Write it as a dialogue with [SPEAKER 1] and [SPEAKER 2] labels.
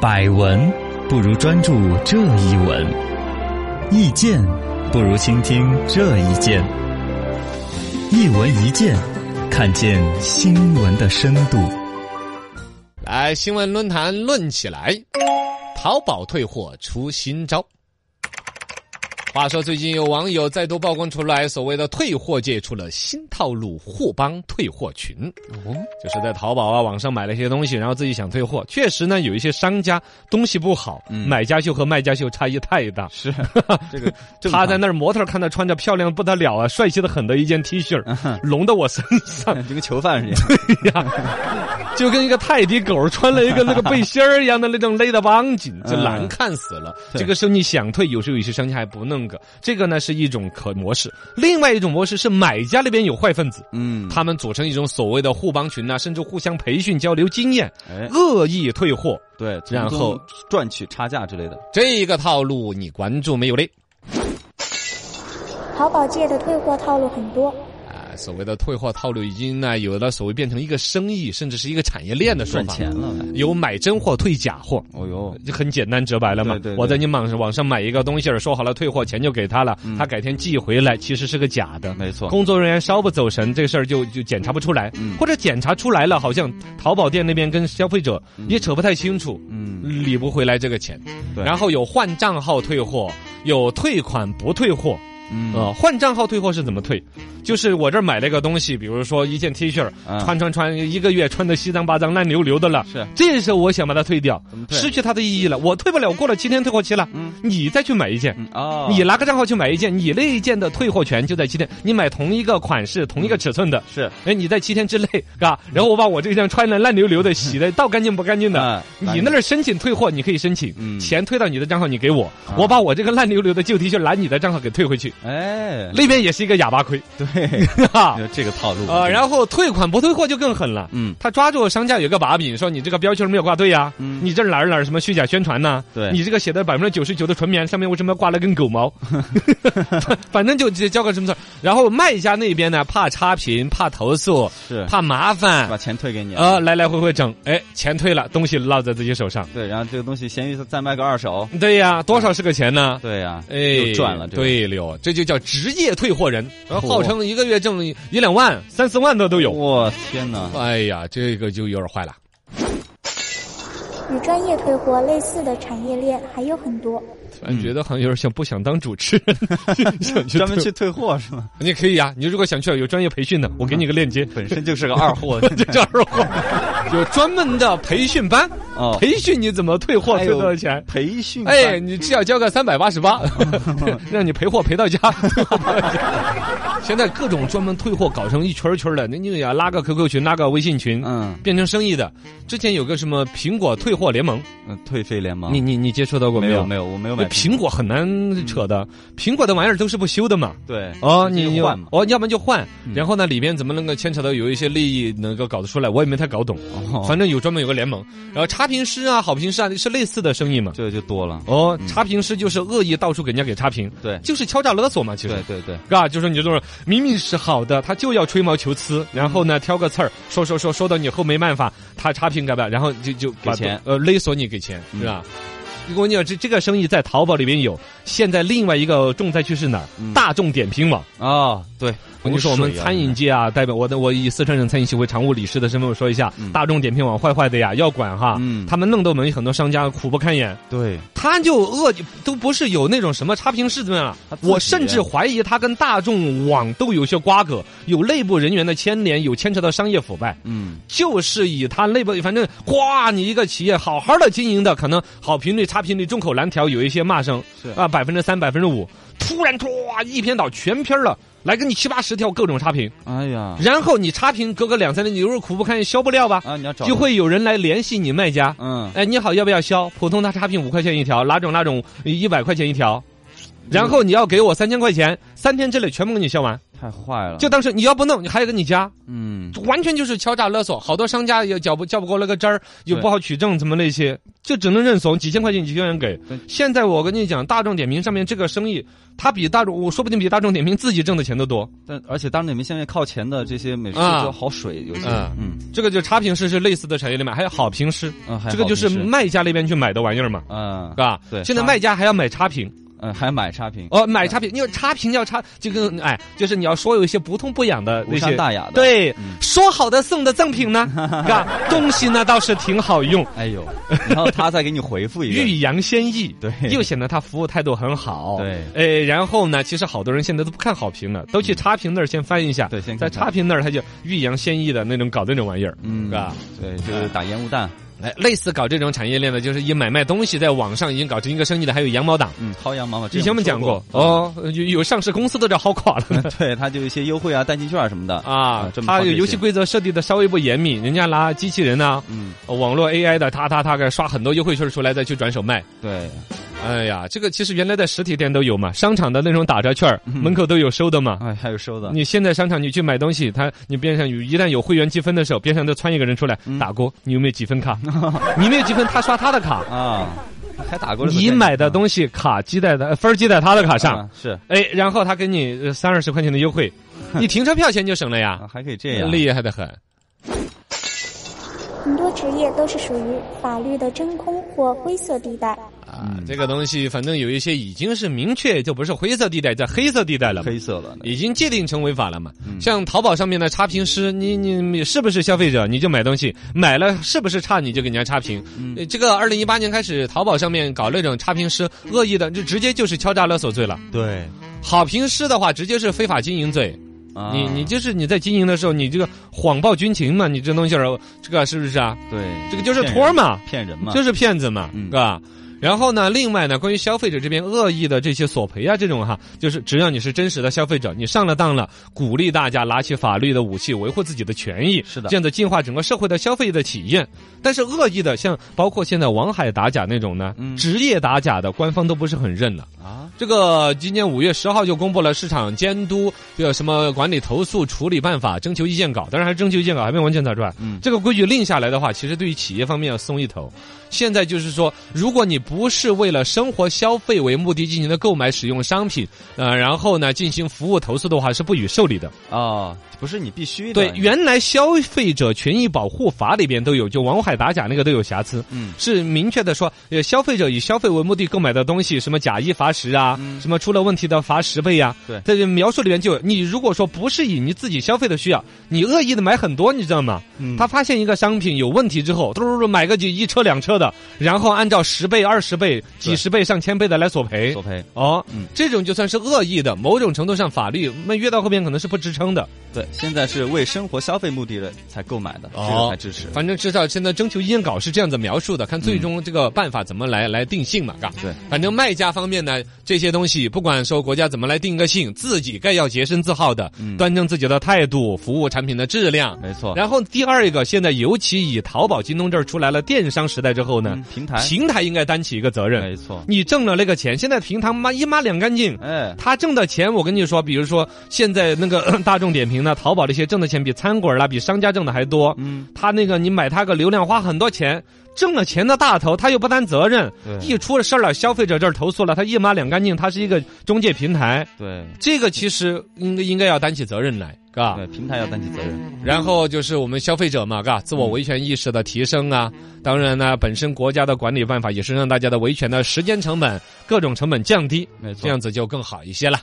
[SPEAKER 1] 百闻不如专注这一闻，意见不如倾听这一见。一闻一见，看见新闻的深度。
[SPEAKER 2] 来，新闻论坛论起来，淘宝退货出新招。话说，最近有网友再度曝光出来，所谓的退货界出了新套路——货帮退货群。哦，就是在淘宝啊、网上买了一些东西，然后自己想退货。确实呢，有一些商家东西不好，买家秀和卖家秀差异太大。
[SPEAKER 3] 嗯是这个 正
[SPEAKER 2] 他在
[SPEAKER 3] 常
[SPEAKER 2] 那儿模特儿看到穿着漂亮得不得了啊，帅气的很的一件 T 恤
[SPEAKER 3] 嗯
[SPEAKER 2] 儿，隆到我身上，
[SPEAKER 3] 就跟囚犯似的，
[SPEAKER 2] 就跟一个泰迪狗穿了一个那个背心儿一样的那种勒得梆紧，就
[SPEAKER 3] 嗯
[SPEAKER 2] 难看死了。
[SPEAKER 3] 对
[SPEAKER 2] 这个时候你想退，有时候有些商家还不弄个。这个呢是一种可模式，另外一种模式是买家那边有坏分子，
[SPEAKER 3] 嗯，
[SPEAKER 2] 他们组成一种所谓的互帮群呐、甚至互相培训交流经验，
[SPEAKER 3] 哎，
[SPEAKER 2] 恶意退货。
[SPEAKER 3] 对，从
[SPEAKER 2] 然后
[SPEAKER 3] 中赚取差价之类的，
[SPEAKER 2] 这个套路你关注没有嘞？
[SPEAKER 4] 淘宝界的退货套路很多，
[SPEAKER 2] 啊，所谓的退货套路已经呢有了所谓变成一个生意，甚至是一个产业链的说
[SPEAKER 3] 赚
[SPEAKER 2] 法。
[SPEAKER 3] 钱了，
[SPEAKER 2] 有买真货退假货，
[SPEAKER 3] 哦哟，
[SPEAKER 2] 就很简单直白了嘛。
[SPEAKER 3] 对对对
[SPEAKER 2] 我在你网上网上买一个东西儿，说好了退货钱就给他了，
[SPEAKER 3] 嗯
[SPEAKER 2] 他改天寄回来，其实是个假的。
[SPEAKER 3] 没错，
[SPEAKER 2] 工作人员稍不走神，这事儿就就检查不出来，
[SPEAKER 3] 嗯
[SPEAKER 2] 或者检查出来了，好像淘宝店那边跟消费者也扯不太清楚，
[SPEAKER 3] 嗯，
[SPEAKER 2] 理不回来这个钱。
[SPEAKER 3] 对
[SPEAKER 2] 然后有换账号退货，有退款不退货。
[SPEAKER 3] 嗯
[SPEAKER 2] 呃，换账号退货是怎么退？就是我这儿买了一个东西，比如说一件 T 恤儿，
[SPEAKER 3] 嗯
[SPEAKER 2] 穿穿穿一个月穿的稀脏巴脏烂溜溜的了。
[SPEAKER 3] 是
[SPEAKER 2] 这时候我想把它退掉
[SPEAKER 3] 怎么，退
[SPEAKER 2] 失去它的意义了。我退不了，过了七天退货期了，
[SPEAKER 3] 嗯
[SPEAKER 2] 你再去买一件。
[SPEAKER 3] 嗯哦，
[SPEAKER 2] 你拿个账号去买一件，你那一件的退货权就在七天。你买同一个款式、同一个尺寸的，
[SPEAKER 3] 是
[SPEAKER 2] 哎，你在七天之内，嘎，然后我把我这件穿的烂溜溜的、洗的倒干净不干净的，
[SPEAKER 3] 啊，
[SPEAKER 2] 你那儿申请退货，你可以申请，
[SPEAKER 3] 嗯
[SPEAKER 2] 钱退到你的账号，你给我，我把我这个烂溜溜的旧 T 恤拿你的账号给退回去，
[SPEAKER 3] 哎，
[SPEAKER 2] 那边也是一个哑巴亏，
[SPEAKER 3] 对，
[SPEAKER 2] 哈。
[SPEAKER 3] 这个套路
[SPEAKER 2] 呃，然后退款不退货就更狠了。
[SPEAKER 3] 嗯
[SPEAKER 2] 他抓住商家有一个把柄，说你这个标签没有挂对呀、
[SPEAKER 3] 嗯
[SPEAKER 2] 你这哪儿哪儿什么虚假宣传呐、
[SPEAKER 3] 对
[SPEAKER 2] 你这个写的百分之九十九的纯棉上面为什么要挂了根狗 毛？反反正就直接交个什么事儿然后卖家那边呢，怕差评，怕投诉，
[SPEAKER 3] 是
[SPEAKER 2] 怕麻
[SPEAKER 3] 把
[SPEAKER 2] 烦，
[SPEAKER 3] 钱退给你，
[SPEAKER 2] 呃，来来回回整，哎，钱退了，东西落在自己手上。
[SPEAKER 3] 对，然后这个东西闲鱼再卖个二手，
[SPEAKER 2] 对呀、多少是个钱呢？
[SPEAKER 3] 对呀，
[SPEAKER 2] 哎，
[SPEAKER 3] 又赚了，这个，
[SPEAKER 2] 对了，这就叫职业退货人，然后号
[SPEAKER 3] 嚯
[SPEAKER 2] 称一个月挣一两万、三四万的都有。
[SPEAKER 3] 我天哪，
[SPEAKER 2] 哎呀，这个就有点坏了。
[SPEAKER 4] 与专业退货类似的产业链还有很多。
[SPEAKER 2] 突然觉得好像有点像不想当主持 人，想去
[SPEAKER 3] 嗯专门
[SPEAKER 2] 退
[SPEAKER 3] 去退货 是吗？
[SPEAKER 2] 你可以啊，你如果想去有专业培训的，
[SPEAKER 3] 啊
[SPEAKER 2] 我给你个链接，本
[SPEAKER 3] 本 身就是个二货，
[SPEAKER 2] 这叫二 货，有专门的培训班，
[SPEAKER 3] 哦，
[SPEAKER 2] 培训你怎么退货退多少钱。
[SPEAKER 3] 哎培训班，
[SPEAKER 2] 哎，你至少交个三百八十 八，让你赔货赔到家。 现在各种专门退货搞成一圈儿一圈儿的，那你也要拉个 QQ 群，拉个微信群，
[SPEAKER 3] 嗯
[SPEAKER 2] 变成生意的。之前有个什么苹果退货联盟，
[SPEAKER 3] 嗯，退费联盟
[SPEAKER 2] 你，你你接触到过
[SPEAKER 3] 没
[SPEAKER 2] 有？
[SPEAKER 3] 没有，我没有
[SPEAKER 2] 那
[SPEAKER 3] 买
[SPEAKER 2] 苹果很难扯的，苹果的玩意儿都是不修的嘛。
[SPEAKER 3] 对，
[SPEAKER 2] 哦，
[SPEAKER 3] 直接
[SPEAKER 2] 你你
[SPEAKER 3] 换嘛，
[SPEAKER 2] 哦，要不然就换，
[SPEAKER 3] 嗯
[SPEAKER 2] 然后呢，里边怎么能够牵扯到有一些利益能够搞得出来，我也没太搞懂。
[SPEAKER 3] 哦
[SPEAKER 2] 反正有专门有个联盟，然后差评师啊、好评师啊是类似的生意嘛。
[SPEAKER 3] 这就多了，
[SPEAKER 2] 哦，差评师就是恶意到处给人家给差评，
[SPEAKER 3] 对
[SPEAKER 2] 就是敲诈勒索嘛，其实
[SPEAKER 3] 对。对对，
[SPEAKER 2] 嘎，就说你这种人明明是好的，他就要吹毛求疵，然后呢挑个刺儿说说说说到你后没办法，他差评改版，然后就就把
[SPEAKER 3] 钱嗯
[SPEAKER 2] 呃勒索你给钱是吧？我跟你讲，这这个生意在淘宝里边有，现在另外一个重灾区是哪儿？
[SPEAKER 3] 嗯
[SPEAKER 2] 大众点评网。
[SPEAKER 3] 哦，对，
[SPEAKER 2] 我跟你说，我们餐饮界啊，代表我的我以四川省餐饮协会常务理事的身份，我说一下，
[SPEAKER 3] 嗯
[SPEAKER 2] 大众点评网坏坏的呀，要管哈。
[SPEAKER 3] 嗯
[SPEAKER 2] 他们弄得我们很多商家苦不堪言，
[SPEAKER 3] 对，
[SPEAKER 2] 他就恶都不是有那种什么差评事件了
[SPEAKER 3] 他，自己啊
[SPEAKER 2] 我甚至怀疑他跟大众网都有些瓜葛，有内部人员的牵连，有牵扯到商业腐败。
[SPEAKER 3] 嗯，
[SPEAKER 2] 就是以他内部，反正呱，你一个企业好好的经营的，可能好评率、差评率众口难调，有一些骂声
[SPEAKER 3] 是
[SPEAKER 2] 啊，百分之三、百分之五，突然唰一篇倒全篇了，来给你七八十条各种差评，
[SPEAKER 3] 哎呀，
[SPEAKER 2] 然后你差评隔个两三年，你如果苦不堪言消不掉吧，
[SPEAKER 3] 啊，你要找
[SPEAKER 2] 就，会有人来联系你卖家，
[SPEAKER 3] 嗯，
[SPEAKER 2] 哎，你好，要不要消？普通他差评五块钱一条，哪种哪种一百块钱一条，然后你要给我三千块钱，三天之内全部给你消完。
[SPEAKER 3] 太坏了。
[SPEAKER 2] 就当时你要不弄，你还得你加，
[SPEAKER 3] 嗯，
[SPEAKER 2] 完全就是敲诈勒索。好多商家也缴不交不够那个汁儿，又
[SPEAKER 3] 对
[SPEAKER 2] 不好取证，怎么那些，就只能认怂，几千块钱几千元给
[SPEAKER 3] 对。
[SPEAKER 2] 现在我跟你讲，大众点评上面这个生意，它比大众，我说不定比大众点评自己挣的钱都多。
[SPEAKER 3] 但而且当然你们现在靠前的这些美食
[SPEAKER 2] 啊
[SPEAKER 3] 就好水，有些
[SPEAKER 2] 嗯
[SPEAKER 3] 嗯
[SPEAKER 2] 这个就差评师是类似的产业里面，还有好评师，
[SPEAKER 3] 嗯，还
[SPEAKER 2] 这个
[SPEAKER 3] 好
[SPEAKER 2] 就是
[SPEAKER 3] 平时
[SPEAKER 2] 卖家那边去买的玩意儿嘛，
[SPEAKER 3] 嗯
[SPEAKER 2] 啊，
[SPEAKER 3] 对
[SPEAKER 2] 现在卖家还要买差评，
[SPEAKER 3] 嗯，还买差评，
[SPEAKER 2] 哦，买差评，因为差评要差，就跟哎，就是你要说有一些不痛不痒的
[SPEAKER 3] 无
[SPEAKER 2] 那
[SPEAKER 3] 伤
[SPEAKER 2] 些，
[SPEAKER 3] 大雅的。，
[SPEAKER 2] 对
[SPEAKER 3] 嗯，
[SPEAKER 2] 说好的送的赠品 呢，啊，东西呢倒是挺好用，
[SPEAKER 3] 哎呦，然后他再给你回复一 个，
[SPEAKER 2] 欲扬先抑，
[SPEAKER 3] 对
[SPEAKER 2] 又显得他服务态度很好，
[SPEAKER 3] 对嗯
[SPEAKER 2] 呃，然后呢，其实好多人现在都不看好评了，都去差评那儿先翻一下，
[SPEAKER 3] 对先
[SPEAKER 2] 在
[SPEAKER 3] 看
[SPEAKER 2] 差
[SPEAKER 3] 看
[SPEAKER 2] 评那儿他就欲扬先抑的那种搞那种玩意儿，
[SPEAKER 3] 嗯
[SPEAKER 2] 是吧？
[SPEAKER 3] 对，就是打烟雾弹，
[SPEAKER 2] 哎，类似搞这种产业链的，就是以买卖东西在网上已经搞成一个生意的，还有羊毛党。
[SPEAKER 3] 嗯，薅羊毛嘛。这
[SPEAKER 2] 以前我们讲过
[SPEAKER 3] 说，
[SPEAKER 2] 哦，有有上市公司都叫薅垮了
[SPEAKER 3] 对，他就有一些优惠啊、代金券啊什么的
[SPEAKER 2] 啊！
[SPEAKER 3] 这么
[SPEAKER 2] 他
[SPEAKER 3] 方便
[SPEAKER 2] 游戏
[SPEAKER 3] 性
[SPEAKER 2] 规则设计的稍微不严密，人家拿机器人呐、
[SPEAKER 3] 嗯，
[SPEAKER 2] 呃网络 AI 的，他他他给刷很多优惠券出来，再去转手卖。
[SPEAKER 3] 对，
[SPEAKER 2] 哎呀，这个其实原来在实体店都有嘛，商场的那种打折券儿，
[SPEAKER 3] 嗯
[SPEAKER 2] 门口都有收的嘛。
[SPEAKER 3] 哎，还有收的，
[SPEAKER 2] 你现在商场你去买东西，他你边上有一旦有会员积分的时候，边上都窜一个人出来
[SPEAKER 3] 嗯
[SPEAKER 2] 打勾，你有没有积分 卡？你没有积分，他刷他的卡。
[SPEAKER 3] 啊，还打过这个
[SPEAKER 2] 你
[SPEAKER 3] 电
[SPEAKER 2] 买的
[SPEAKER 3] 话
[SPEAKER 2] 东西卡积在的呃分儿积在他的卡上
[SPEAKER 3] 啊，是
[SPEAKER 2] 哎，然后他给你呃三二十块钱的优 惠，你停车票钱就省了呀
[SPEAKER 3] 啊，，还可以这样。
[SPEAKER 2] 厉害的很。
[SPEAKER 4] 很多职业都是属于法律的真空或灰色地带。
[SPEAKER 2] 啊
[SPEAKER 3] 嗯，
[SPEAKER 2] 这个东西反正有一些已经是明确就不是灰色地带，在黑色地带了嘛，
[SPEAKER 3] 黑嗯色的，
[SPEAKER 2] 已经界定成违法了嘛。像淘宝上面的差评师，你你你是不是消费者，你就买东西，买了是不是差你就给人家差评。
[SPEAKER 3] 嗯
[SPEAKER 2] 呃这个二零一八年开始，淘宝上面搞那种差评师恶意的，就直接就是敲诈勒索罪了。
[SPEAKER 3] 对，
[SPEAKER 2] 好评师的话，直接是非法经营罪。
[SPEAKER 3] 啊
[SPEAKER 2] 你你就是你在经营的时候，你这个谎报军情嘛，你这东西儿，这个是不是啊？
[SPEAKER 3] 对，
[SPEAKER 2] 这个就是
[SPEAKER 3] 骗
[SPEAKER 2] 托儿
[SPEAKER 3] 人
[SPEAKER 2] 嘛，
[SPEAKER 3] 骗人嘛，
[SPEAKER 2] 就是骗子嘛，
[SPEAKER 3] 嗯
[SPEAKER 2] 是吧？然后呢，另外呢，关于消费者这边恶意的这些索赔啊，这种哈，就是只要你是真实的消费者，你上了当了，鼓励大家拿起法律的武器维护自己的权益，
[SPEAKER 3] 是的
[SPEAKER 2] 这样子净化整个社会的消费的体验。但是恶意的，像包括现在王海打假那种呢，
[SPEAKER 3] 嗯
[SPEAKER 2] 职业打假的，官方都不是很认了。
[SPEAKER 3] 啊，
[SPEAKER 2] 这个今年五月十号就公布了市场监督这个什么管理投诉处理办法征求意见稿，当然还是征求意见稿还没完全打出来。
[SPEAKER 3] 嗯
[SPEAKER 2] 这个规矩定下来的话，其实对于企业方面要松一头。现在就是说，如果你不是为了生活消费为目的进行的购买使用商品，呃，然后呢进行服务投诉的话，是不予受理的。
[SPEAKER 3] 哦，不是你必须的，
[SPEAKER 2] 对，原来《消费者权益保护法》里边都有，就王海打假那个都有瑕疵。
[SPEAKER 3] 嗯
[SPEAKER 2] 是明确的说，呃，消费者以消费为目的购买的东西，什么假一罚十啊，
[SPEAKER 3] 嗯
[SPEAKER 2] 什么出了问题的罚十倍呀、
[SPEAKER 3] 对
[SPEAKER 2] 在这描述里面就有，你如果说不是以你自己消费的需要，你恶意的买很多，你知道吗？
[SPEAKER 3] 嗯
[SPEAKER 2] 他发现一个商品有问题之后，嘟嘟嘟买个几一车两车的，然后按照十倍、二十倍、几十倍、上千倍的来索赔
[SPEAKER 3] 索。赔，
[SPEAKER 2] 哦，
[SPEAKER 3] 嗯
[SPEAKER 2] 这种就算是恶意的，某种程度上法律那越到后面可能是不支撑的。
[SPEAKER 3] 对，现在是为生活消费目的的才购买的，这
[SPEAKER 2] 哦
[SPEAKER 3] 个才支持，
[SPEAKER 2] 反正至少现在征求意见稿是这样子描述的，看最终这个办法怎么来、来定性嘛，嘎。
[SPEAKER 3] 对，
[SPEAKER 2] 反正卖家方面呢，这些东西不管说国家怎么来定个性，自己该要洁身自好的，
[SPEAKER 3] 嗯
[SPEAKER 2] 端正自己的态度，服务产品的质量。
[SPEAKER 3] 没错，
[SPEAKER 2] 然后第二个，现在尤其以淘宝、京东这儿出来了电商时代之后呢
[SPEAKER 3] 嗯，平台
[SPEAKER 2] 平台应该担起一个责任
[SPEAKER 3] 没。错，
[SPEAKER 2] 你挣了那个钱，现在平台妈一抹两干净，
[SPEAKER 3] 哎，
[SPEAKER 2] 他挣的钱，我跟你说，比如说现在那个 大众点评呢、淘宝这些挣的钱比餐馆啦、比商家挣的还多。
[SPEAKER 3] 嗯，
[SPEAKER 2] 他那个你买他个流量花很多钱，挣了钱的大头他又不担责任，
[SPEAKER 3] 对
[SPEAKER 2] 一出了事儿了，消费者这儿投诉了，他一抹两干净，他是一个中介平台，
[SPEAKER 3] 对，
[SPEAKER 2] 这个其实应该应该要担起责任来，嘎。
[SPEAKER 3] 对，平台要担起责任，
[SPEAKER 2] 然后就是我们消费者嘛，嘎，自我维权意识的提升啊。当然呢，本身国家的管理办法也是让大家的维权的时间成本、各种成本降低，
[SPEAKER 3] 没错
[SPEAKER 2] 这样子就更好一些了。